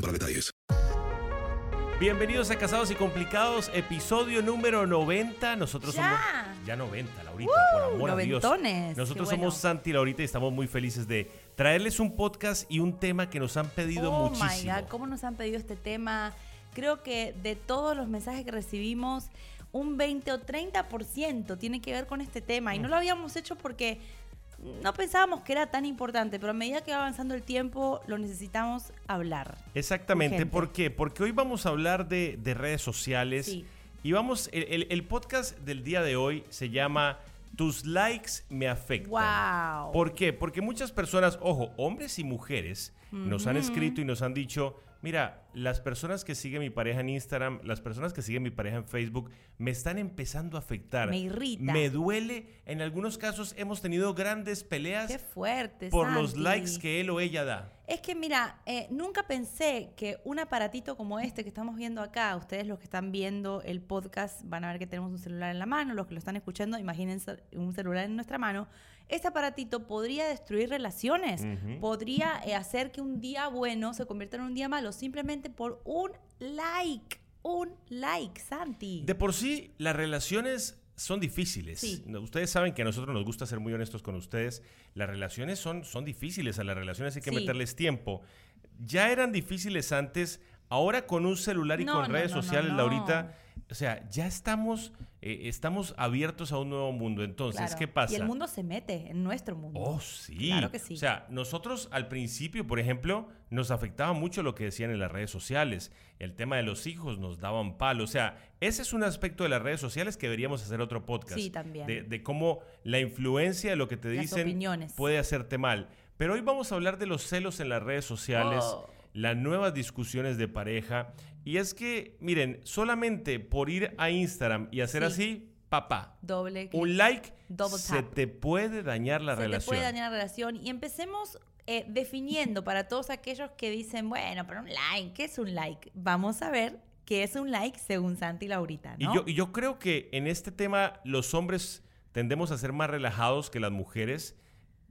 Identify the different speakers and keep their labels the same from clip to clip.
Speaker 1: para detalles.
Speaker 2: Bienvenidos a Casados y Complicados, episodio número 90. Nosotros
Speaker 3: ¡Ya! Uh,
Speaker 2: somos. Ya 90, Laurita, por amor a Dios.
Speaker 3: noventones.
Speaker 2: Nosotros
Speaker 3: Qué bueno.
Speaker 2: somos Santi y Laurita y estamos muy felices de traerles un podcast y un tema que nos han pedido
Speaker 3: oh
Speaker 2: muchísimo.
Speaker 3: my God, ¿cómo nos han pedido este tema? Creo que de todos los mensajes que recibimos, un 20 o 30% tiene que ver con este tema. Y no lo habíamos hecho porque no pensábamos que era tan importante, pero a medida que va avanzando el tiempo, lo necesitamos hablar.
Speaker 2: Exactamente,
Speaker 3: Urgente.
Speaker 2: ¿por qué? Porque hoy vamos a hablar de, de redes sociales
Speaker 3: Sí.
Speaker 2: y vamos, el, el- el podcast del día de hoy se llama Tus likes me afectan.
Speaker 3: Wow.
Speaker 2: ¿Por qué? Porque muchas personas, ojo, hombres y mujeres, nos han escrito y nos han dicho, mira, las personas que siguen mi pareja en Instagram, las personas que siguen mi pareja en Facebook, me están empezando a afectar.
Speaker 3: Me irrita.
Speaker 2: Me duele. En algunos casos hemos tenido grandes
Speaker 3: Qué
Speaker 2: peleas
Speaker 3: fuerte.
Speaker 2: por los
Speaker 3: Santi.
Speaker 2: likes que él o ella da.
Speaker 3: Es que mira, eh, nunca pensé que un aparatito como este que estamos viendo acá, ustedes los que están viendo el podcast van a ver que tenemos un celular en la mano, los que lo están escuchando, imagínense un celular en nuestra mano, este aparatito podría destruir relaciones, podría eh, hacer que un día bueno se convierta en un día malo simplemente por un like, un like, Santi.
Speaker 2: De por sí, las relaciones son difíciles.
Speaker 3: Sí.
Speaker 2: No, Ustedes saben que a nosotros nos gusta ser muy honestos con ustedes. Las relaciones son, son difíciles, a las relaciones hay que
Speaker 3: Sí.
Speaker 2: meterles tiempo. Ya eran difíciles antes, ahora con un celular y
Speaker 3: No,
Speaker 2: con
Speaker 3: no,
Speaker 2: redes
Speaker 3: no, no,
Speaker 2: sociales,
Speaker 3: no.
Speaker 2: Laurita, o sea, ya estamos, eh, estamos abiertos a un nuevo mundo. Entonces,
Speaker 3: Claro.
Speaker 2: ¿qué pasa?
Speaker 3: Y el mundo se mete en nuestro mundo.
Speaker 2: Oh, sí.
Speaker 3: Claro que sí.
Speaker 2: O sea, nosotros al principio, por ejemplo, nos afectaba mucho lo que decían en las redes sociales. El tema de los hijos nos daban palo. O sea, ese es un aspecto de las redes sociales que deberíamos hacer otro podcast.
Speaker 3: Sí, también.
Speaker 2: De, de cómo la influencia de lo que te
Speaker 3: Las
Speaker 2: dicen
Speaker 3: opiniones.
Speaker 2: puede hacerte mal. Pero hoy vamos a hablar de los celos en las redes sociales.
Speaker 3: Oh.
Speaker 2: Las nuevas discusiones de pareja. Y es que, miren, solamente por ir a Instagram y hacer
Speaker 3: Sí.
Speaker 2: así, papá.
Speaker 3: Doble clic.
Speaker 2: Un like
Speaker 3: Double
Speaker 2: se
Speaker 3: tap.
Speaker 2: te puede dañar la
Speaker 3: se
Speaker 2: relación.
Speaker 3: te puede dañar la relación. Y empecemos eh, definiendo para todos aquellos que dicen, bueno, pero un like, ¿qué es un like? Vamos a ver qué es un like según Santi y Laurita,
Speaker 2: Y
Speaker 3: ¿no?
Speaker 2: yo, y yo creo que en este tema los hombres tendemos a ser más relajados que las mujeres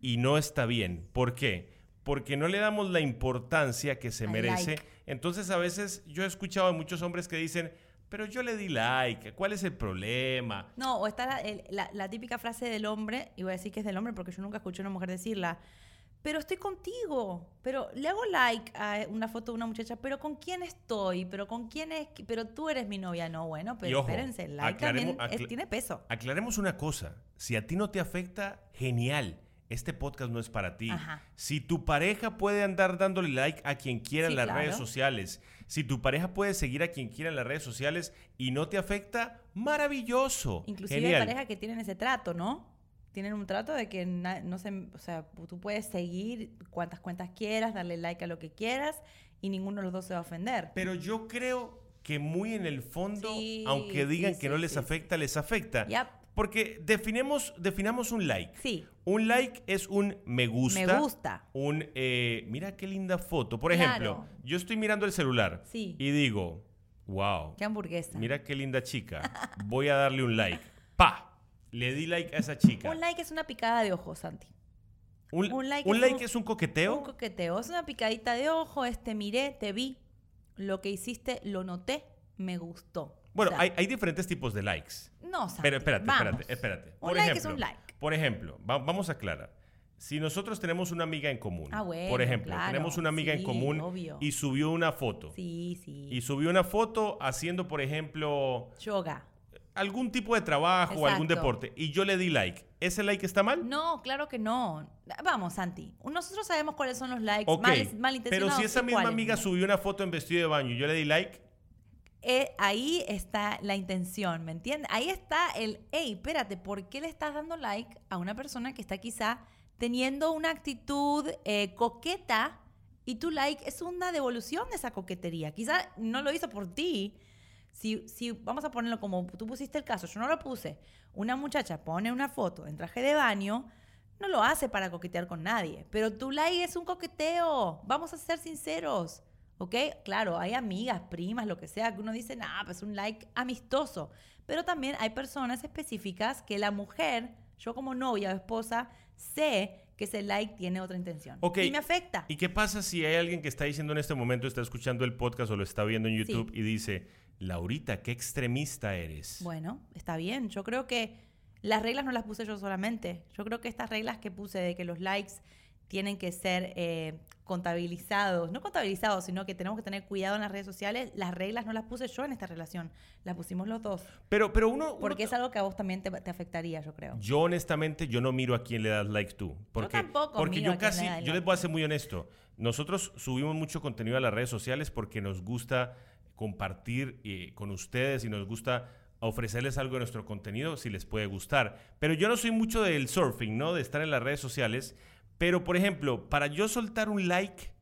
Speaker 2: y no está bien. ¿Por qué? Porque no le damos la importancia que se
Speaker 3: Al
Speaker 2: merece.
Speaker 3: like.
Speaker 2: Entonces a veces yo he escuchado a muchos hombres que dicen, pero yo le di like, ¿cuál es el problema?
Speaker 3: No, o está la, el- la- la típica frase del hombre, y voy a decir que es del hombre porque yo nunca escuché a una mujer decirla, pero estoy contigo, pero le hago like a eh, una foto de una muchacha, pero ¿con quién estoy? ¿Pero con quién es? que- ¿Pero tú eres mi novia? No, bueno,
Speaker 2: Y
Speaker 3: pero
Speaker 2: ojo,
Speaker 3: espérense, el like
Speaker 2: aclaremos-
Speaker 3: también es-
Speaker 2: acla-
Speaker 3: tiene peso.
Speaker 2: Aclaremos una cosa, si a ti no te afecta, genial. este podcast no es para ti.
Speaker 3: Ajá.
Speaker 2: Si tu pareja puede andar dándole like a quien quiera en
Speaker 3: Sí,
Speaker 2: las
Speaker 3: claro.
Speaker 2: redes sociales, si tu pareja puede seguir a quien quiera en las redes sociales y no te afecta, maravilloso.
Speaker 3: Inclusive
Speaker 2: Genial.
Speaker 3: hay parejas que tienen ese trato, ¿no? Tienen un trato de que na- no se, o sea, tú puedes seguir cuantas cuentas quieras, darle like a lo que quieras y ninguno de los dos se va a ofender.
Speaker 2: Pero yo creo que muy en el fondo,
Speaker 3: Sí,
Speaker 2: aunque digan
Speaker 3: sí,
Speaker 2: que no
Speaker 3: sí,
Speaker 2: les
Speaker 3: sí, sí.
Speaker 2: afecta, les afecta.
Speaker 3: Yep.
Speaker 2: Porque definemos, definamos un like.
Speaker 3: Sí.
Speaker 2: Un like es un me gusta.
Speaker 3: Me gusta.
Speaker 2: Un, eh, mira qué linda foto. Por
Speaker 3: Claro.
Speaker 2: ejemplo, yo estoy mirando el celular
Speaker 3: Sí.
Speaker 2: y digo, wow,
Speaker 3: ¿Qué hamburguesa?
Speaker 2: mira qué linda chica. Voy a darle un like. ¡Pa! Le di like a esa chica.
Speaker 3: Un like es una picada de ojo, Santi.
Speaker 2: Un,
Speaker 3: un like
Speaker 2: un
Speaker 3: es
Speaker 2: like
Speaker 3: un-
Speaker 2: es un coqueteo.
Speaker 3: Un coqueteo. Es una picadita de ojo, es te miré, te vi, lo que hiciste, lo noté, me gustó.
Speaker 2: bueno,
Speaker 3: O sea,
Speaker 2: hay, hay diferentes tipos de likes.
Speaker 3: No, Santi.
Speaker 2: Pero espérate,
Speaker 3: vamos.
Speaker 2: espérate, espérate.
Speaker 3: Un like es un like.
Speaker 2: Por ejemplo, va- vamos a aclarar. Si nosotros tenemos una amiga en común,
Speaker 3: Ah, bueno,
Speaker 2: por ejemplo,
Speaker 3: claro.
Speaker 2: tenemos una amiga en
Speaker 3: Sí,
Speaker 2: común
Speaker 3: obvio.
Speaker 2: y subió una foto.
Speaker 3: Sí, sí.
Speaker 2: Y subió una foto haciendo, por ejemplo,
Speaker 3: Yoga.
Speaker 2: algún tipo de trabajo o algún
Speaker 3: Exacto.
Speaker 2: deporte. Y yo le di like. ¿Ese like está mal?
Speaker 3: No, claro que no. Vamos, Santi. Nosotros sabemos cuáles son los likes
Speaker 2: Ok.
Speaker 3: mal, malintencionados.
Speaker 2: Pero si
Speaker 3: y
Speaker 2: esa misma
Speaker 3: cuáles
Speaker 2: amiga
Speaker 3: no.
Speaker 2: subió una foto en vestido de baño y yo le di like,
Speaker 3: Eh, ahí está la intención, ¿me entiendes? Ahí está el, hey, espérate, ¿por qué le estás dando like a una persona que está quizá teniendo una actitud eh, coqueta y tu like es una devolución de esa coquetería? Quizá no lo hizo por ti. Si, si vamos a ponerlo como tú pusiste el caso, yo no lo puse. Una muchacha pone una foto en traje de baño, no lo hace para coquetear con nadie, pero tu like es un coqueteo. Vamos a ser sinceros, ¿ok? Claro, hay amigas, primas, lo que sea, que uno dice, ah, pues un like amistoso. Pero también hay personas específicas que la mujer, yo como novia o esposa, sé que ese like tiene otra intención.
Speaker 2: Ok.
Speaker 3: Y me afecta.
Speaker 2: ¿Y qué pasa si hay alguien que está diciendo en este momento, está escuchando el podcast o lo está viendo en YouTube y dice, Laurita, qué extremista eres?
Speaker 3: Bueno, está bien. Yo creo que las reglas no las puse yo solamente. Yo creo que estas reglas que puse de que los likes tienen que ser eh, contabilizados, no contabilizados, sino que tenemos que tener cuidado en las redes sociales, las reglas no las puse yo en esta relación, las pusimos los dos.
Speaker 2: Pero, pero uno... uno-
Speaker 3: Porque es algo que a vos también te, te afectaría, yo creo.
Speaker 2: Yo honestamente, yo no miro a quién le das like tú. Porque,
Speaker 3: tampoco
Speaker 2: Porque yo
Speaker 3: miro a quién
Speaker 2: casi,
Speaker 3: le da el
Speaker 2: yo les
Speaker 3: like.
Speaker 2: voy a ser muy honesto. Nosotros subimos mucho contenido a las redes sociales porque nos gusta compartir eh, con ustedes y nos gusta ofrecerles algo de nuestro contenido si les puede gustar. Pero yo no soy mucho del surfing, ¿no? De estar en las redes sociales. Pero, por ejemplo, para yo soltar un like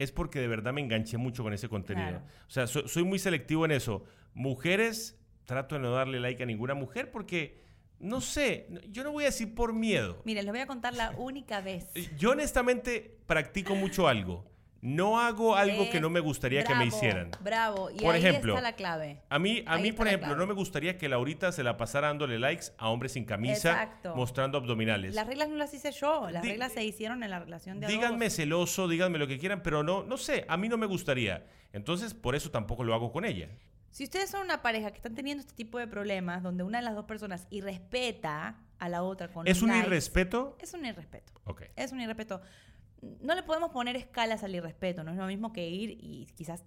Speaker 2: es porque de verdad me enganché mucho con ese contenido.
Speaker 3: Claro.
Speaker 2: O sea, so- soy muy selectivo en eso. Mujeres, trato de no darle like a ninguna mujer porque, no sé, no- yo no voy a decir por miedo.
Speaker 3: Miren, les voy a contar la única vez.
Speaker 2: Yo honestamente practico mucho algo. No hago algo que no me gustaría que me
Speaker 3: Bravo,
Speaker 2: hicieran.
Speaker 3: Bravo, y
Speaker 2: Por
Speaker 3: ahí
Speaker 2: ejemplo,
Speaker 3: está la clave.
Speaker 2: A mí, a
Speaker 3: Ahí
Speaker 2: mí
Speaker 3: está
Speaker 2: por
Speaker 3: la
Speaker 2: ejemplo,
Speaker 3: clave.
Speaker 2: no me gustaría que Laurita se la pasara dándole likes a hombres sin camisa,
Speaker 3: Exacto.
Speaker 2: mostrando abdominales.
Speaker 3: Las reglas no las hice yo, las
Speaker 2: Di-
Speaker 3: reglas se hicieron en la relación de a
Speaker 2: Díganme
Speaker 3: dos.
Speaker 2: celoso, díganme lo que quieran, pero no, no sé, a mí no me gustaría. Entonces, por eso tampoco lo hago con ella.
Speaker 3: Si ustedes son una pareja que están teniendo este tipo de problemas, donde una de las dos personas irrespeta a la otra con
Speaker 2: ¿Es
Speaker 3: los
Speaker 2: un
Speaker 3: likes,
Speaker 2: irrespeto?
Speaker 3: Es un irrespeto.
Speaker 2: Ok.
Speaker 3: Es un irrespeto. No le podemos poner escalas al irrespeto. No es lo mismo que ir y quizás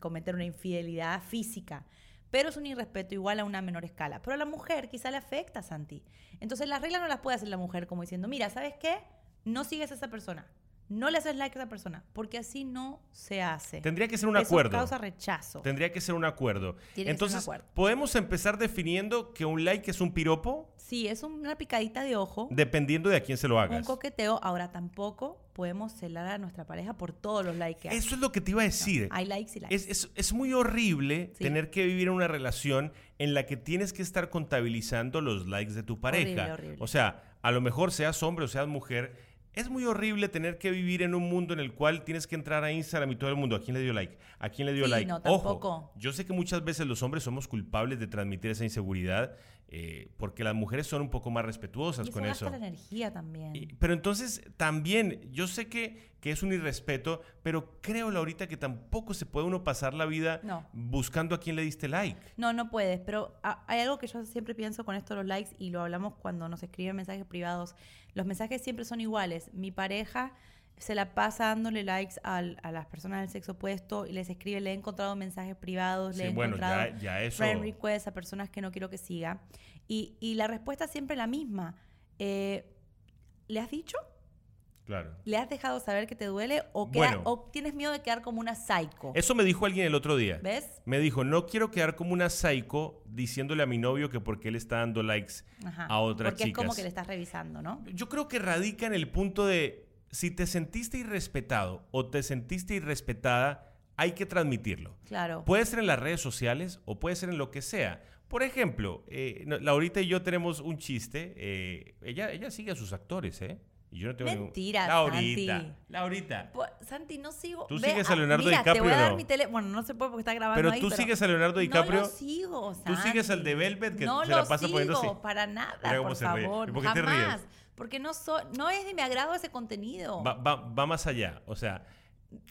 Speaker 3: cometer una infidelidad física. Pero es un irrespeto igual a una menor escala. Pero a la mujer quizá le afecta, Santi. Entonces las reglas no las puede hacer la mujer como diciendo, mira, ¿sabes qué? No sigues a esa persona. No le haces like a esa persona. Porque así no se hace.
Speaker 2: Tendría que ser un
Speaker 3: Eso
Speaker 2: acuerdo.
Speaker 3: causa rechazo.
Speaker 2: Tendría que ser un acuerdo.
Speaker 3: que ser un
Speaker 2: Entonces,
Speaker 3: acuerdo.
Speaker 2: ¿podemos empezar definiendo que un like es un piropo?
Speaker 3: Sí, es una picadita de ojo.
Speaker 2: Dependiendo de a quién se lo
Speaker 3: un
Speaker 2: hagas.
Speaker 3: coqueteo. Ahora tampoco podemos celar a nuestra pareja por todos los likes que hace.
Speaker 2: Eso es lo que te iba a decir.
Speaker 3: Hay likes y likes.
Speaker 2: Es, es- es muy horrible
Speaker 3: Sí.
Speaker 2: tener que vivir en una relación en la que tienes que estar contabilizando los likes de tu pareja.
Speaker 3: Horrible, horrible.
Speaker 2: O sea, a lo mejor seas hombre o seas mujer, es muy horrible tener que vivir en un mundo en el cual tienes que entrar a Instagram y todo el mundo, ¿a quién le dio like? ¿A quién le dio
Speaker 3: Sí,
Speaker 2: like?
Speaker 3: no,
Speaker 2: Ojo,
Speaker 3: tampoco.
Speaker 2: yo sé que muchas veces los hombres somos culpables de transmitir esa inseguridad eh, porque las mujeres son un poco más respetuosas
Speaker 3: Y
Speaker 2: con
Speaker 3: se
Speaker 2: eso.
Speaker 3: gasta la energía también.
Speaker 2: Y- Pero entonces también, yo sé que, que es un irrespeto, pero creo, Laurita, que tampoco se puede uno pasar la vida
Speaker 3: No.
Speaker 2: buscando a quién le diste like.
Speaker 3: No, no puedes, pero a- hay algo que yo siempre pienso con esto de los likes y lo hablamos cuando nos escriben mensajes privados. Los mensajes siempre son iguales. Mi pareja se la pasa dándole likes al- a las personas del sexo opuesto y les escribe, le he encontrado mensajes privados, Pues le
Speaker 2: Sí,
Speaker 3: he
Speaker 2: bueno,
Speaker 3: encontrado
Speaker 2: ya- ya eso-
Speaker 3: friend requests a personas que no quiero que siga. Y, y la respuesta es siempre la misma. Eh, ¿Le has dicho?
Speaker 2: Claro.
Speaker 3: ¿Le has dejado saber que te duele? ¿O, queda-
Speaker 2: Bueno.
Speaker 3: o tienes miedo de quedar como una psycho?
Speaker 2: Eso me dijo alguien el otro día.
Speaker 3: Oh. ¿Ves?
Speaker 2: Me dijo, no quiero quedar como una psycho diciéndole a mi novio que porque él está dando likes
Speaker 3: Ajá.
Speaker 2: a otras
Speaker 3: Porque
Speaker 2: chicas.
Speaker 3: es como que le estás revisando, ¿no?
Speaker 2: Yo creo que radica en el punto de si te sentiste irrespetado o te sentiste irrespetada, hay que transmitirlo.
Speaker 3: Claro.
Speaker 2: Puede ser en las redes sociales o puede ser en lo que sea. Por ejemplo, eh, no- Laurita y yo tenemos un chiste. eh, ella, ella sigue a sus actores, ¿eh? Y yo no tengo ningún-
Speaker 3: Mentira,
Speaker 2: Laurita.
Speaker 3: Santi.
Speaker 2: Laurita.
Speaker 3: Po- Santi, no sigo. ah,
Speaker 2: ¿Tú sigues a Leonardo
Speaker 3: mira, Te voy
Speaker 2: DiCaprio o
Speaker 3: a dar
Speaker 2: no?
Speaker 3: mi teléfono. Bueno, no se puede porque está grabando.
Speaker 2: Pero
Speaker 3: ahí,
Speaker 2: tú sigues a Leonardo DiCaprio.
Speaker 3: No lo sigo, Santi.
Speaker 2: Tú sigues al de Velvet que
Speaker 3: no
Speaker 2: se la
Speaker 3: lo
Speaker 2: pasa
Speaker 3: sigo,
Speaker 2: poniendo así.
Speaker 3: para nada,
Speaker 2: Mira cómo
Speaker 3: por
Speaker 2: se ríe.
Speaker 3: favor.
Speaker 2: ¿Y por qué te ríes?
Speaker 3: Jamás. Porque no, so- no es de mi agrado ese contenido.
Speaker 2: Va, va- va más allá. O sea,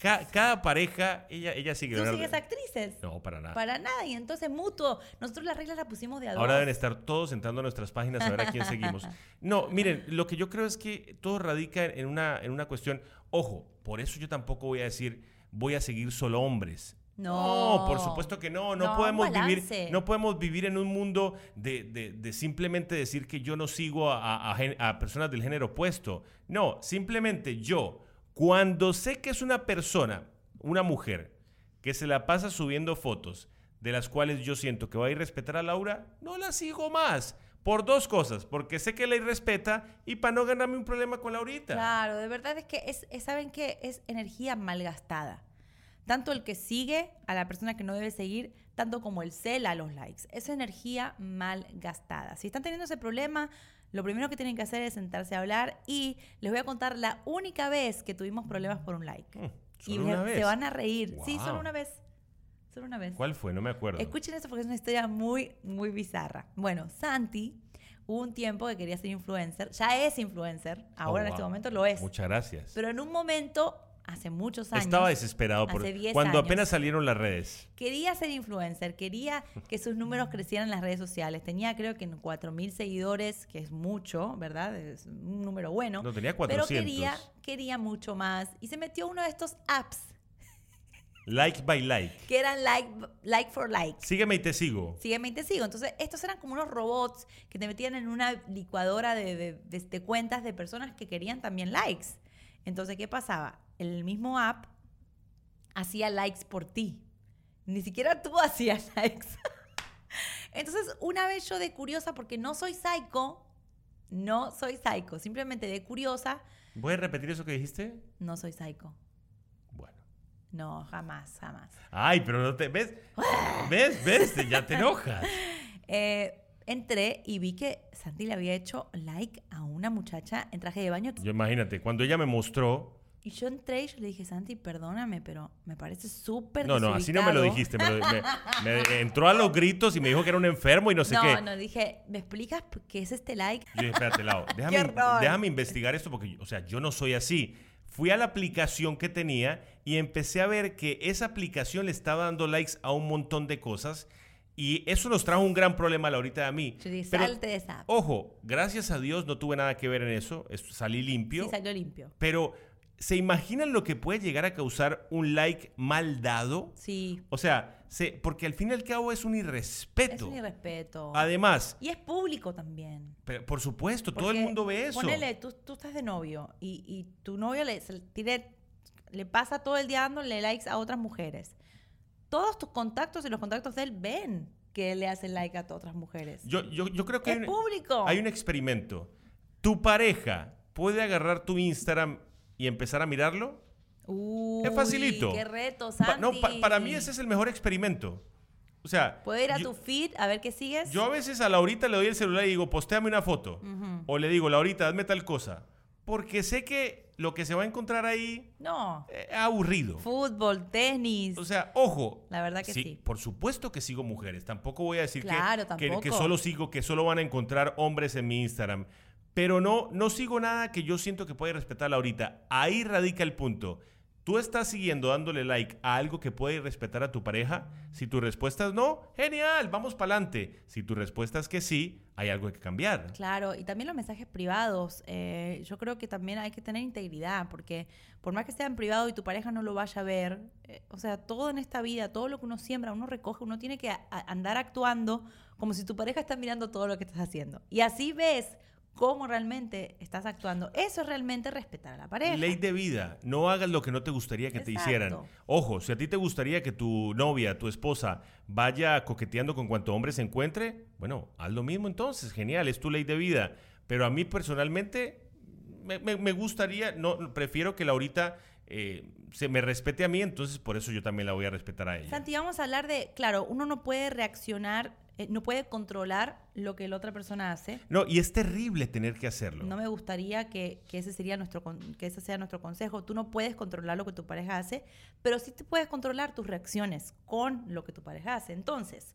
Speaker 2: ca- cada pareja, ella, ella sigue.
Speaker 3: tú
Speaker 2: Leonardo-
Speaker 3: sigues actrices.
Speaker 2: No, para nada.
Speaker 3: Para nada. Y entonces mutuo. Nosotros las reglas las pusimos de a
Speaker 2: Ah. Ahora
Speaker 3: dos.
Speaker 2: deben estar todos entrando a nuestras páginas a ver a quién seguimos. No, miren, lo que yo creo es que todo radica en una, en una cuestión. Ojo, por eso yo tampoco voy a decir voy a seguir solo hombres.
Speaker 3: No.
Speaker 2: por supuesto que no. No,
Speaker 3: No, un
Speaker 2: podemos vivir,
Speaker 3: balance.
Speaker 2: no podemos vivir en un mundo de, de- de simplemente decir que yo no sigo a, a gen- a personas del género opuesto. No, simplemente yo, cuando sé que es una persona, una mujer, que se la pasa subiendo fotos de las cuales yo siento que va a irrespetar a Laura, no la sigo más. Por dos cosas, porque sé que la irrespeta y para no ganarme un problema con Laurita.
Speaker 3: Claro, de verdad es que es, es- saben que es energía malgastada. Tanto el que sigue a la persona que no debe seguir, tanto como el cela los likes. Es energía malgastada. Si están teniendo ese problema, lo primero que tienen que hacer es sentarse a hablar y les voy a contar la única vez que tuvimos problemas por un like.
Speaker 2: Mm,
Speaker 3: y
Speaker 2: ¿solo
Speaker 3: se-
Speaker 2: una
Speaker 3: se
Speaker 2: vez?
Speaker 3: van a reír. Sí,
Speaker 2: Wow.
Speaker 3: solo una vez. Solo una vez.
Speaker 2: ¿Cuál fue? No me acuerdo.
Speaker 3: Escuchen eso porque es una historia muy, muy bizarra. Bueno, Santi hubo un tiempo que quería ser influencer. Ya es influencer. Ahora
Speaker 2: Oh,
Speaker 3: en este
Speaker 2: wow.
Speaker 3: momento lo es.
Speaker 2: Muchas gracias.
Speaker 3: Pero en un momento, hace muchos años,
Speaker 2: Estaba desesperado por
Speaker 3: hace 10
Speaker 2: cuando
Speaker 3: años.
Speaker 2: apenas salieron las redes.
Speaker 3: quería ser influencer, quería que sus números crecieran en las redes sociales. Tenía creo que 4.000 seguidores, que es mucho, ¿verdad? Es un número bueno.
Speaker 2: No, tenía
Speaker 3: Pero
Speaker 2: 400.
Speaker 3: quería, quería mucho más. Y se metió uno de estos apps
Speaker 2: Like by like.
Speaker 3: que eran like, like for like.
Speaker 2: Sígueme y te sigo.
Speaker 3: Sígueme y te sigo. Entonces, estos eran como unos robots que te metían en una licuadora de, de- de- de cuentas de personas que querían también likes. Entonces, ¿qué pasaba? El mismo app hacía likes por ti. Ni siquiera tú hacías likes. Entonces, una vez yo de curiosa, porque no soy psycho, no soy psycho, simplemente de curiosa,
Speaker 2: ¿Voy a repetir eso que dijiste?
Speaker 3: no soy psycho.
Speaker 2: Bueno.
Speaker 3: No, jamás, jamás.
Speaker 2: Ay, pero no te. ¿Ves? ¿Ves? ¿Ves? Te- Ya te enojas.
Speaker 3: Eh, entré y vi que Santi le había hecho like a una muchacha en traje de baño.
Speaker 2: Yo imagínate, cuando ella me mostró.
Speaker 3: Y yo entré y yo le dije, Santi, perdóname, pero me parece súper
Speaker 2: No, no, así no me lo dijiste.
Speaker 3: desubicado".
Speaker 2: Me, lo- me- me entró a los gritos y me dijo que era un enfermo y no sé
Speaker 3: no,
Speaker 2: qué.
Speaker 3: no, dije, ¿me explicas p- qué es este like?
Speaker 2: Yo dije, espérate, Lau, déjame,
Speaker 3: horror.
Speaker 2: déjame investigar esto porque, o sea, yo no soy así. Fui a la aplicación que tenía y empecé a ver que esa aplicación le estaba dando likes a un montón de cosas y eso nos trajo un gran problema a Laurita y a mí.
Speaker 3: Yo dije,
Speaker 2: Pero,
Speaker 3: salte de esa app.
Speaker 2: ojo, gracias a Dios no tuve nada que ver en eso, es- salí limpio.
Speaker 3: Sí, salió limpio.
Speaker 2: pero, ¿se imaginan lo que puede llegar a causar un like mal dado?
Speaker 3: Sí,
Speaker 2: O sea, se- porque al fin y al cabo es un irrespeto.
Speaker 3: es un irrespeto.
Speaker 2: Además,
Speaker 3: y es público también.
Speaker 2: pero, por supuesto, todo el
Speaker 3: Porque
Speaker 2: mundo ve eso.
Speaker 3: Ponele, tú, tú estás de novio y, y tu novio le, se- tiene- le pasa todo el día dándole likes a otras mujeres. Todos tus contactos y los contactos de él ven que le hacen like a otras mujeres.
Speaker 2: Yo, yo, yo creo que
Speaker 3: Es
Speaker 2: hay, un-
Speaker 3: público.
Speaker 2: hay un experimento. ¿Tu pareja puede agarrar tu Instagram y empezar a mirarlo?
Speaker 3: Uy,
Speaker 2: es facilito.
Speaker 3: Qué reto,
Speaker 2: Pa-
Speaker 3: Oh, Santi.
Speaker 2: no, pa- para mí ese es el mejor experimento. O sea,
Speaker 3: Puedo ir a
Speaker 2: yo,
Speaker 3: tu feed a ver qué sigues.
Speaker 2: yo a veces a Laurita le doy el celular y digo, postéame una foto. O le digo, Laurita, hazme tal cosa. Porque sé que lo que se va a encontrar ahí
Speaker 3: no.
Speaker 2: eh, es aburrido.
Speaker 3: Fútbol, tenis.
Speaker 2: O sea, ojo.
Speaker 3: La verdad que sí.
Speaker 2: Por supuesto que sigo mujeres. Tampoco voy a decir que-
Speaker 3: Claro,
Speaker 2: que, que,
Speaker 3: tampoco.
Speaker 2: solo sigo, que solo van a encontrar hombres en mi Instagram. Pero no, no sigo nada que yo siento que puede respetar ahorita. Ahí radica el punto. Tú estás siguiendo dándole like a algo que puede respetar a tu pareja. Si tu respuesta es no, genial, vamos para adelante. Si tu respuesta es que sí, hay algo que cambiar.
Speaker 3: Claro, y también los mensajes privados. eh, yo creo que también hay que tener integridad, porque por más que sea en privado y tu pareja no lo vaya a ver, eh, o sea, todo en esta vida, todo lo que uno siembra, uno recoge, uno tiene que a- a- andar actuando como si tu pareja está mirando todo lo que estás haciendo. Y así ves cómo realmente estás actuando. Eso es realmente respetar a la pareja.
Speaker 2: Ley de vida, no hagas lo que no te gustaría que te
Speaker 3: Exacto.
Speaker 2: hicieran. Ojo, si a ti te gustaría que tu novia, tu esposa, vaya coqueteando con cuanto hombre se encuentre, bueno, haz lo mismo entonces, genial, es tu ley de vida. Pero a mí personalmente me, me- me gustaría, no, prefiero que Laurita eh, se me respete a mí, entonces por eso yo también la voy a respetar a ella.
Speaker 3: Santi, vamos a hablar de, claro, uno no puede reaccionar, eh, no puede controlar lo que la otra persona hace.
Speaker 2: No, y es terrible tener que hacerlo.
Speaker 3: No me gustaría que, que ese sería nuestro con- que ese sea nuestro consejo. Tú no puedes controlar lo que tu pareja hace, pero sí te puedes controlar tus reacciones con lo que tu pareja hace. Entonces,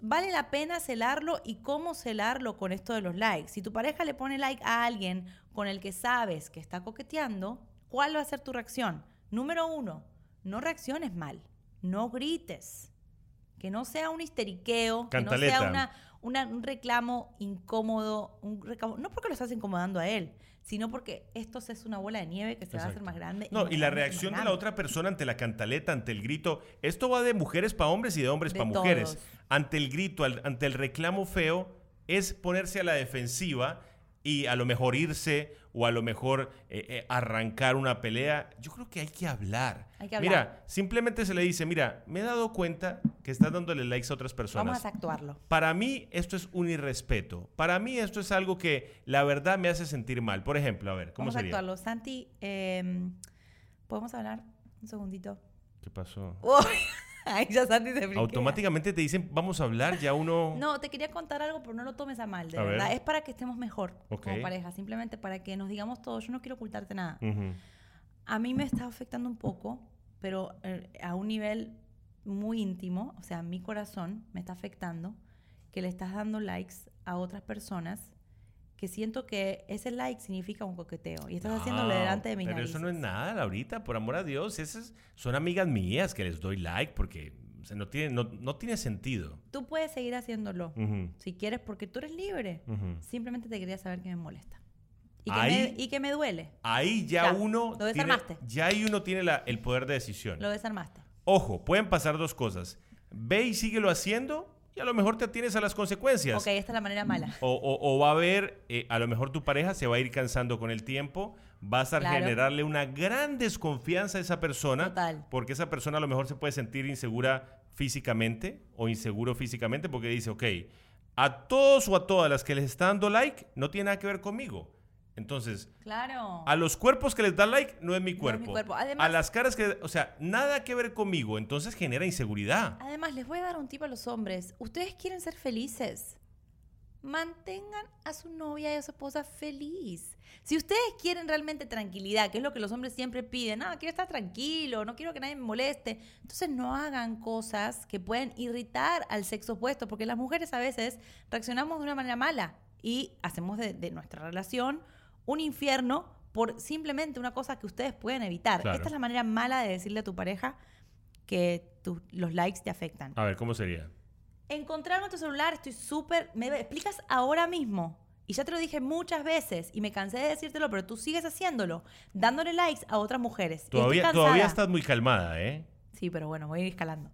Speaker 3: vale la pena celarlo y cómo celarlo con esto de los likes. Si tu pareja le pone like a alguien con el que sabes que está coqueteando, ¿cuál va a ser tu reacción? Número uno, no reacciones mal, no grites. Que no sea un histeriqueo, que no
Speaker 2: Cantaleta.
Speaker 3: sea una, una- un reclamo incómodo, un reclamo, no porque lo estás incomodando a él, sino porque esto es una bola de nieve que se va a hacer
Speaker 2: Exacto.
Speaker 3: más grande.
Speaker 2: No,
Speaker 3: más
Speaker 2: y la
Speaker 3: grande, más
Speaker 2: reacción de la
Speaker 3: grande.
Speaker 2: otra persona ante la cantaleta, ante el grito, esto va de mujeres para hombres y de hombres
Speaker 3: De
Speaker 2: para mujeres.
Speaker 3: todos.
Speaker 2: Ante el grito, al- ante el reclamo feo, es ponerse a la defensiva y a lo mejor irse o a lo mejor eh, eh, arrancar una pelea. Yo creo que hay que hablar.
Speaker 3: Hay que hablar.
Speaker 2: Mira, simplemente se le dice, mira, me he dado cuenta que estás dándole likes a otras personas.
Speaker 3: Vamos a actuarlo.
Speaker 2: Para mí esto es un irrespeto. Para mí esto es algo que la verdad me hace sentir mal. Por ejemplo, a ver, ¿cómo
Speaker 3: Vamos
Speaker 2: sería?
Speaker 3: a actuarlo. Santi, eh, ¿podemos hablar un segundito?
Speaker 2: ¿Qué pasó?
Speaker 3: Uy, Ahí ya Santi se friquea.
Speaker 2: Automáticamente te dicen, vamos a hablar, ya uno...
Speaker 3: No, te quería contar algo, pero no lo tomes a mal, de
Speaker 2: A ver.
Speaker 3: verdad. Es para que estemos mejor
Speaker 2: Ok. Mm.
Speaker 3: como pareja, simplemente para que nos digamos todo. Yo no quiero ocultarte nada.
Speaker 2: Ujú.
Speaker 3: A mí me está afectando un poco, pero eh, a un nivel muy íntimo, o sea, mi corazón me está afectando que le estás dando likes a otras personas que siento que ese like significa un coqueteo y estás haciéndolo
Speaker 2: No,
Speaker 3: delante de mi
Speaker 2: Pero eso no es nada, Laurita, por amor a Dios. Esas son amigas mías que les doy like porque o sea, no, tiene, no, no tiene sentido.
Speaker 3: Tú puedes seguir haciéndolo
Speaker 2: Ujú.
Speaker 3: si quieres porque tú eres libre.
Speaker 2: Ujú.
Speaker 3: Simplemente te quería saber que me molesta y que,
Speaker 2: Ahí-
Speaker 3: me, y que me duele.
Speaker 2: Ahí ya,
Speaker 3: Ya,
Speaker 2: uno...
Speaker 3: lo
Speaker 2: tiene-
Speaker 3: desarmaste.
Speaker 2: ya ahí uno tiene la- el poder de decisión.
Speaker 3: Lo desarmaste.
Speaker 2: Ojo, pueden pasar dos cosas. Ve y síguelo haciendo y a lo mejor te atienes a las consecuencias.
Speaker 3: Ok, esta es la manera mala.
Speaker 2: O, o- o va a haber, eh, a lo mejor tu pareja se va a ir cansando con el tiempo, vas a
Speaker 3: Claro.
Speaker 2: generarle una gran desconfianza a esa persona,
Speaker 3: Total.
Speaker 2: porque esa persona a lo mejor se puede sentir insegura físicamente o inseguro físicamente porque dice, ok, a todos o a todas las que les está dando like no tiene nada que ver conmigo. Entonces,
Speaker 3: Claro.
Speaker 2: a los cuerpos que les da like no es mi
Speaker 3: mi
Speaker 2: cuerpo.
Speaker 3: cuerpo. Además-
Speaker 2: a las caras que, o sea, nada que ver conmigo, entonces genera inseguridad.
Speaker 3: Además, les voy a dar un tip a los hombres. Ustedes quieren ser felices. Mantengan a su novia y a su esposa feliz. Si ustedes quieren realmente tranquilidad, que es lo que los hombres siempre piden, no, quiero estar tranquilo, no quiero que nadie me moleste, entonces no hagan cosas que pueden irritar al sexo opuesto, porque las mujeres a veces reaccionamos de una manera mala y hacemos de, de nuestra relación un infierno por simplemente una cosa que ustedes pueden evitar.
Speaker 2: Claro.
Speaker 3: Esta es la manera mala de decirle a tu pareja que tu- los likes te afectan.
Speaker 2: A ver, ¿cómo sería?
Speaker 3: Encontrarme tu celular, estoy súper... Me explicas ahora mismo. Y ya te lo dije muchas veces y me cansé de decírtelo, pero tú sigues haciéndolo, dándole likes a otras mujeres. Y estoy
Speaker 2: Todavía,
Speaker 3: cansada.
Speaker 2: todavía estás muy calmada, ¿eh?
Speaker 3: Sí, pero bueno, voy a ir escalando.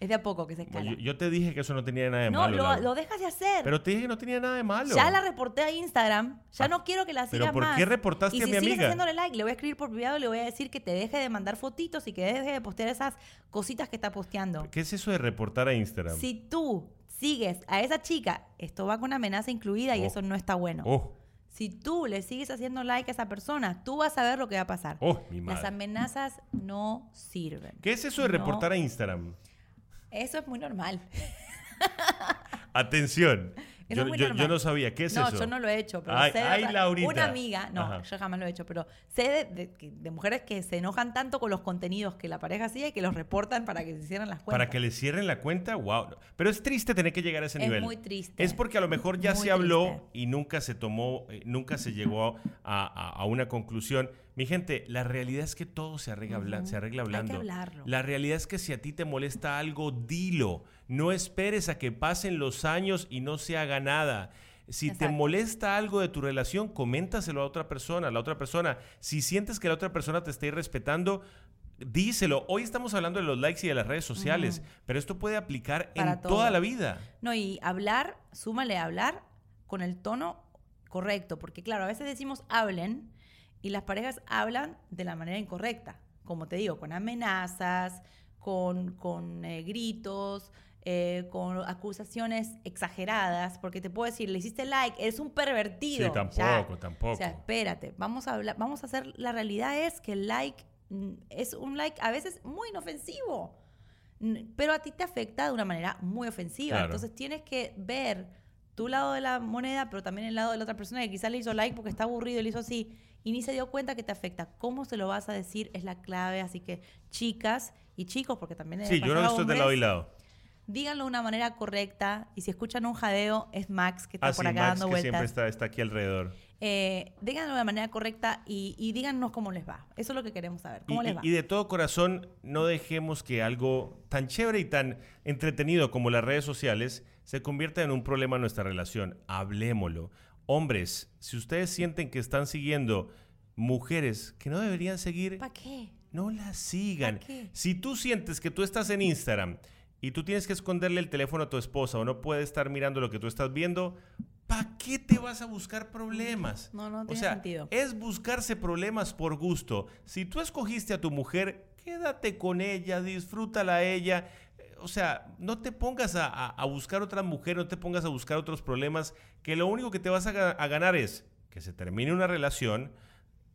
Speaker 3: Es de a poco que se escala.
Speaker 2: Pues, Yo, yo te dije que eso no tenía nada de
Speaker 3: no,
Speaker 2: malo.
Speaker 3: lo,
Speaker 2: Laura.
Speaker 3: lo dejas de hacer.
Speaker 2: Pero te dije que no tenía nada de malo.
Speaker 3: ya la reporté a Instagram. Ya
Speaker 2: Ah,
Speaker 3: no quiero que la
Speaker 2: pero
Speaker 3: sigas
Speaker 2: ¿por
Speaker 3: más.
Speaker 2: qué reportaste
Speaker 3: y
Speaker 2: a
Speaker 3: si
Speaker 2: mi
Speaker 3: sigues
Speaker 2: amiga?
Speaker 3: haciéndole like, le voy a escribir por privado y le voy a decir que te deje de mandar fotitos y que deje de postear esas cositas que está posteando.
Speaker 2: ¿Qué es eso de reportar a Instagram?
Speaker 3: Si tú sigues a esa chica, esto va con amenaza incluida y
Speaker 2: Oh.
Speaker 3: eso no está bueno.
Speaker 2: Oh,
Speaker 3: Si tú le sigues haciendo like a esa persona, tú vas a ver lo que va a pasar.
Speaker 2: oh, mi
Speaker 3: Las
Speaker 2: madre.
Speaker 3: amenazas no sirven.
Speaker 2: ¿Qué es eso de reportar
Speaker 3: No.
Speaker 2: a Instagram?
Speaker 3: Eso es muy normal.
Speaker 2: Atención. Yo,
Speaker 3: Eso es muy
Speaker 2: yo- yo
Speaker 3: normal.
Speaker 2: no sabía. ¿Qué es
Speaker 3: no,
Speaker 2: eso?
Speaker 3: yo no lo he hecho, pero
Speaker 2: Ay,
Speaker 3: sé de
Speaker 2: ay,
Speaker 3: otra-
Speaker 2: Laurita.
Speaker 3: una amiga, no,
Speaker 2: Ajá.
Speaker 3: yo jamás lo he hecho, pero sé de, de que- de mujeres que se enojan tanto con los contenidos que la pareja sigue que los reportan para que se hicieran las cuentas.
Speaker 2: Para que le cierren la cuenta, wow. Pero es triste tener que llegar a ese
Speaker 3: Es
Speaker 2: nivel.
Speaker 3: muy triste.
Speaker 2: Es porque a lo mejor ya
Speaker 3: Muy
Speaker 2: se habló
Speaker 3: triste.
Speaker 2: y nunca se tomó, eh, nunca se llegó a, a- a una conclusión. Mi gente, la realidad es que todo se arregla, habla- se arregla
Speaker 3: Hay que
Speaker 2: hablando.
Speaker 3: hablarlo.
Speaker 2: La realidad es que si a ti te molesta algo, dilo. No esperes a que pasen los años y no se haga nada. Si te
Speaker 3: Exacto.
Speaker 2: molesta algo de tu relación, coméntaselo a otra persona, a la otra persona. Si sientes que la otra persona te está irrespetando, díselo. Hoy estamos hablando de los likes y de las redes sociales, pero esto puede aplicar
Speaker 3: Para
Speaker 2: en
Speaker 3: todo.
Speaker 2: toda la vida.
Speaker 3: No, y hablar, súmale a hablar con el tono correcto, porque claro, a veces decimos hablen y las parejas hablan de la manera incorrecta, como te digo, con amenazas, con, con eh, gritos, eh, con acusaciones exageradas, porque te puedo decir, le hiciste like, eres un pervertido.
Speaker 2: Sí, tampoco, tampoco.
Speaker 3: O sea, espérate, vamos a hablar, vamos a hacer, la realidad es que el like mm, es un like a veces muy inofensivo, n- pero a ti te afecta de una manera muy ofensiva.
Speaker 2: Claro.
Speaker 3: Entonces tienes que ver tu lado de la moneda, pero también el lado de la otra persona que quizás le hizo like porque está aburrido, le hizo así y ni se dio cuenta que te afecta. ¿Cómo se lo vas a decir? Es la clave, así que chicas y chicos, porque también
Speaker 2: Sí, yo lo he visto de lado y lado.
Speaker 3: Díganlo de una manera correcta y si escuchan un jadeo es Max que está
Speaker 2: Así
Speaker 3: por acá
Speaker 2: Ah, Max, que
Speaker 3: dando
Speaker 2: siempre
Speaker 3: vueltas.
Speaker 2: está, está aquí alrededor.
Speaker 3: Eh, díganlo de la manera correcta y, y díganos cómo les va. Eso es lo que queremos saber. ¿Cómo
Speaker 2: y,
Speaker 3: les
Speaker 2: y-
Speaker 3: va?
Speaker 2: y de todo corazón, no dejemos que algo tan chévere y tan entretenido como las redes sociales se convierta en un problema en nuestra relación. Hablémoslo. Hombres, si ustedes sienten que están siguiendo mujeres que no deberían seguir,
Speaker 3: ¿Para qué?
Speaker 2: no las sigan.
Speaker 3: ¿Para qué?
Speaker 2: Si tú sientes que tú estás en Instagram y tú tienes que esconderle el teléfono a tu esposa o no puedes estar mirando lo que tú estás viendo, ¿para qué te vas a buscar problemas?
Speaker 3: No, no
Speaker 2: o
Speaker 3: tiene
Speaker 2: sea,
Speaker 3: sentido.
Speaker 2: Es buscarse problemas por gusto. Si tú escogiste a tu mujer, quédate con ella, disfrútala a ella. Eh, O sea, no te pongas a, a- a buscar otra mujer, no te pongas a buscar otros problemas, que lo único que te vas a, ga- a ganar es que se termine una relación,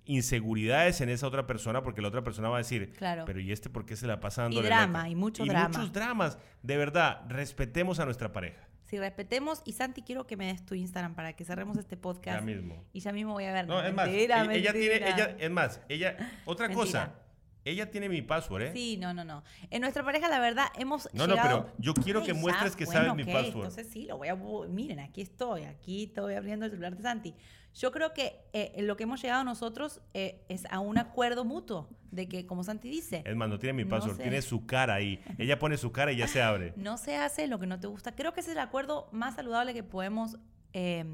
Speaker 2: inseguridades en esa otra persona, porque la otra persona va a decir,
Speaker 3: Claro.
Speaker 2: pero ¿y este por qué se la pasa dando
Speaker 3: Y drama, y mucho drama.
Speaker 2: muchos dramas. De verdad, respetemos a nuestra pareja.
Speaker 3: Si respetemos, y Santi, quiero que me des tu Instagram para que cerremos este podcast.
Speaker 2: Ya mismo.
Speaker 3: Y ya mismo voy a ver.
Speaker 2: No, es más,
Speaker 3: Mentira,
Speaker 2: ella- ella tiene,
Speaker 3: mentira.
Speaker 2: ella, eh. es más, ella, otra
Speaker 3: Mentira.
Speaker 2: cosa, ella tiene mi password, ¿eh?
Speaker 3: Sí, no, no, no. En nuestra pareja, la verdad, hemos
Speaker 2: No, no,
Speaker 3: llegado...
Speaker 2: pero yo quiero que
Speaker 3: ya,
Speaker 2: muestres que
Speaker 3: bueno,
Speaker 2: sabes mi
Speaker 3: ok,
Speaker 2: password.
Speaker 3: Entonces sí, lo voy a... bu- Miren, aquí estoy. Aquí estoy abriendo el celular de Santi. Yo creo que eh, lo que hemos llegado nosotros eh, es a un acuerdo mutuo de que, como Santi dice,
Speaker 2: Es más, no tiene mi
Speaker 3: No
Speaker 2: password,
Speaker 3: sé.
Speaker 2: tiene su cara ahí. Ella pone su cara y ya se abre.
Speaker 3: no se hace lo que no te gusta. Creo que ese es el acuerdo más saludable que podemos eh,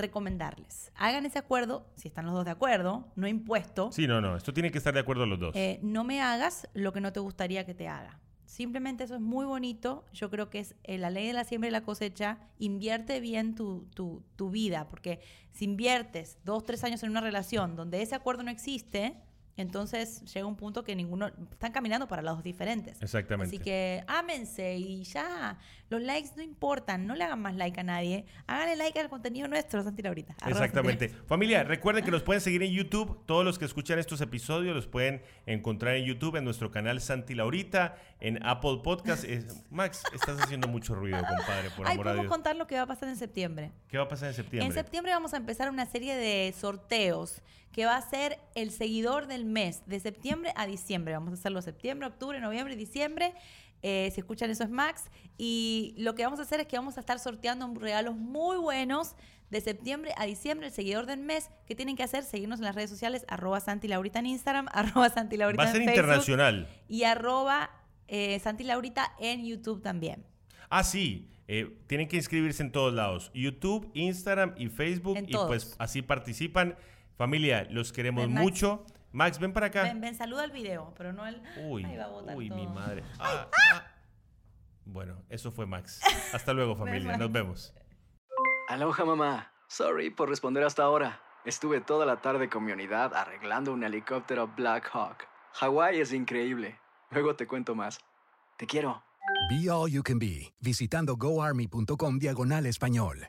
Speaker 3: recomendarles. Hagan ese acuerdo, si están los dos de acuerdo, no impuesto.
Speaker 2: Sí, no, no, esto tiene que estar de acuerdo los dos.
Speaker 3: Eh, no me hagas lo que no te gustaría que te haga. Simplemente eso es muy bonito. Yo creo que es eh, la ley de la siembra y la cosecha. Invierte bien tu, tu- tu vida, porque si inviertes dos, tres años en una relación donde ese acuerdo no existe, entonces llega un punto que ninguno. Están caminando para lados diferentes.
Speaker 2: Exactamente.
Speaker 3: Así que ámense y ya. Los likes no importan. No le hagan más like a nadie. Háganle like al contenido nuestro, Santi Laurita. Arroba Santi
Speaker 2: Exactamente.
Speaker 3: Laurita.
Speaker 2: Familia, recuerden que nos pueden seguir en YouTube. Todos los que escuchan estos episodios los pueden encontrar en YouTube, en nuestro canal Santi Laurita, en Apple Podcast. Es- Max, estás haciendo mucho ruido, compadre, por
Speaker 3: Ay,
Speaker 2: amor a
Speaker 3: podemos
Speaker 2: Dios.
Speaker 3: contar lo que va a pasar en septiembre.
Speaker 2: ¿Qué va a pasar en septiembre?
Speaker 3: En septiembre vamos a empezar una serie de sorteos que va a ser el seguidor del mes, de septiembre a diciembre. Vamos a hacerlo septiembre, octubre, noviembre, y diciembre. Eh, si escuchan eso es Max. Y lo que vamos a hacer es que vamos a estar sorteando regalos muy buenos de septiembre a diciembre, el seguidor del mes. ¿Qué tienen que hacer? Seguirnos en las redes sociales, arroba Santi Laurita en Instagram, arroba Santi Laurita
Speaker 2: va a ser
Speaker 3: en Facebook
Speaker 2: internacional.
Speaker 3: y arroba eh, Santi Laurita en YouTube también.
Speaker 2: Ah, sí. eh, tienen que inscribirse en todos lados. YouTube, Instagram y Facebook.
Speaker 3: En
Speaker 2: y
Speaker 3: todos.
Speaker 2: pues así participan. Familia, los queremos
Speaker 3: Ven, Max.
Speaker 2: mucho. Max, ven para acá.
Speaker 3: Ven, ven, saluda el video, pero no el...
Speaker 2: Uy,
Speaker 3: Ahí va a botar
Speaker 2: uy, mi
Speaker 3: todo.
Speaker 2: madre. Ah, ah. Bueno, eso fue Max. Hasta luego, familia.
Speaker 3: Max.
Speaker 2: Nos vemos.
Speaker 4: Aloha mamá. Sorry por responder hasta ahora. Estuve toda la tarde con mi unidad arreglando un helicóptero Black Hawk. Hawái es increíble. Luego te cuento más. Te quiero.
Speaker 5: Be All You Can Be, visitando goarmy.com diagonal español.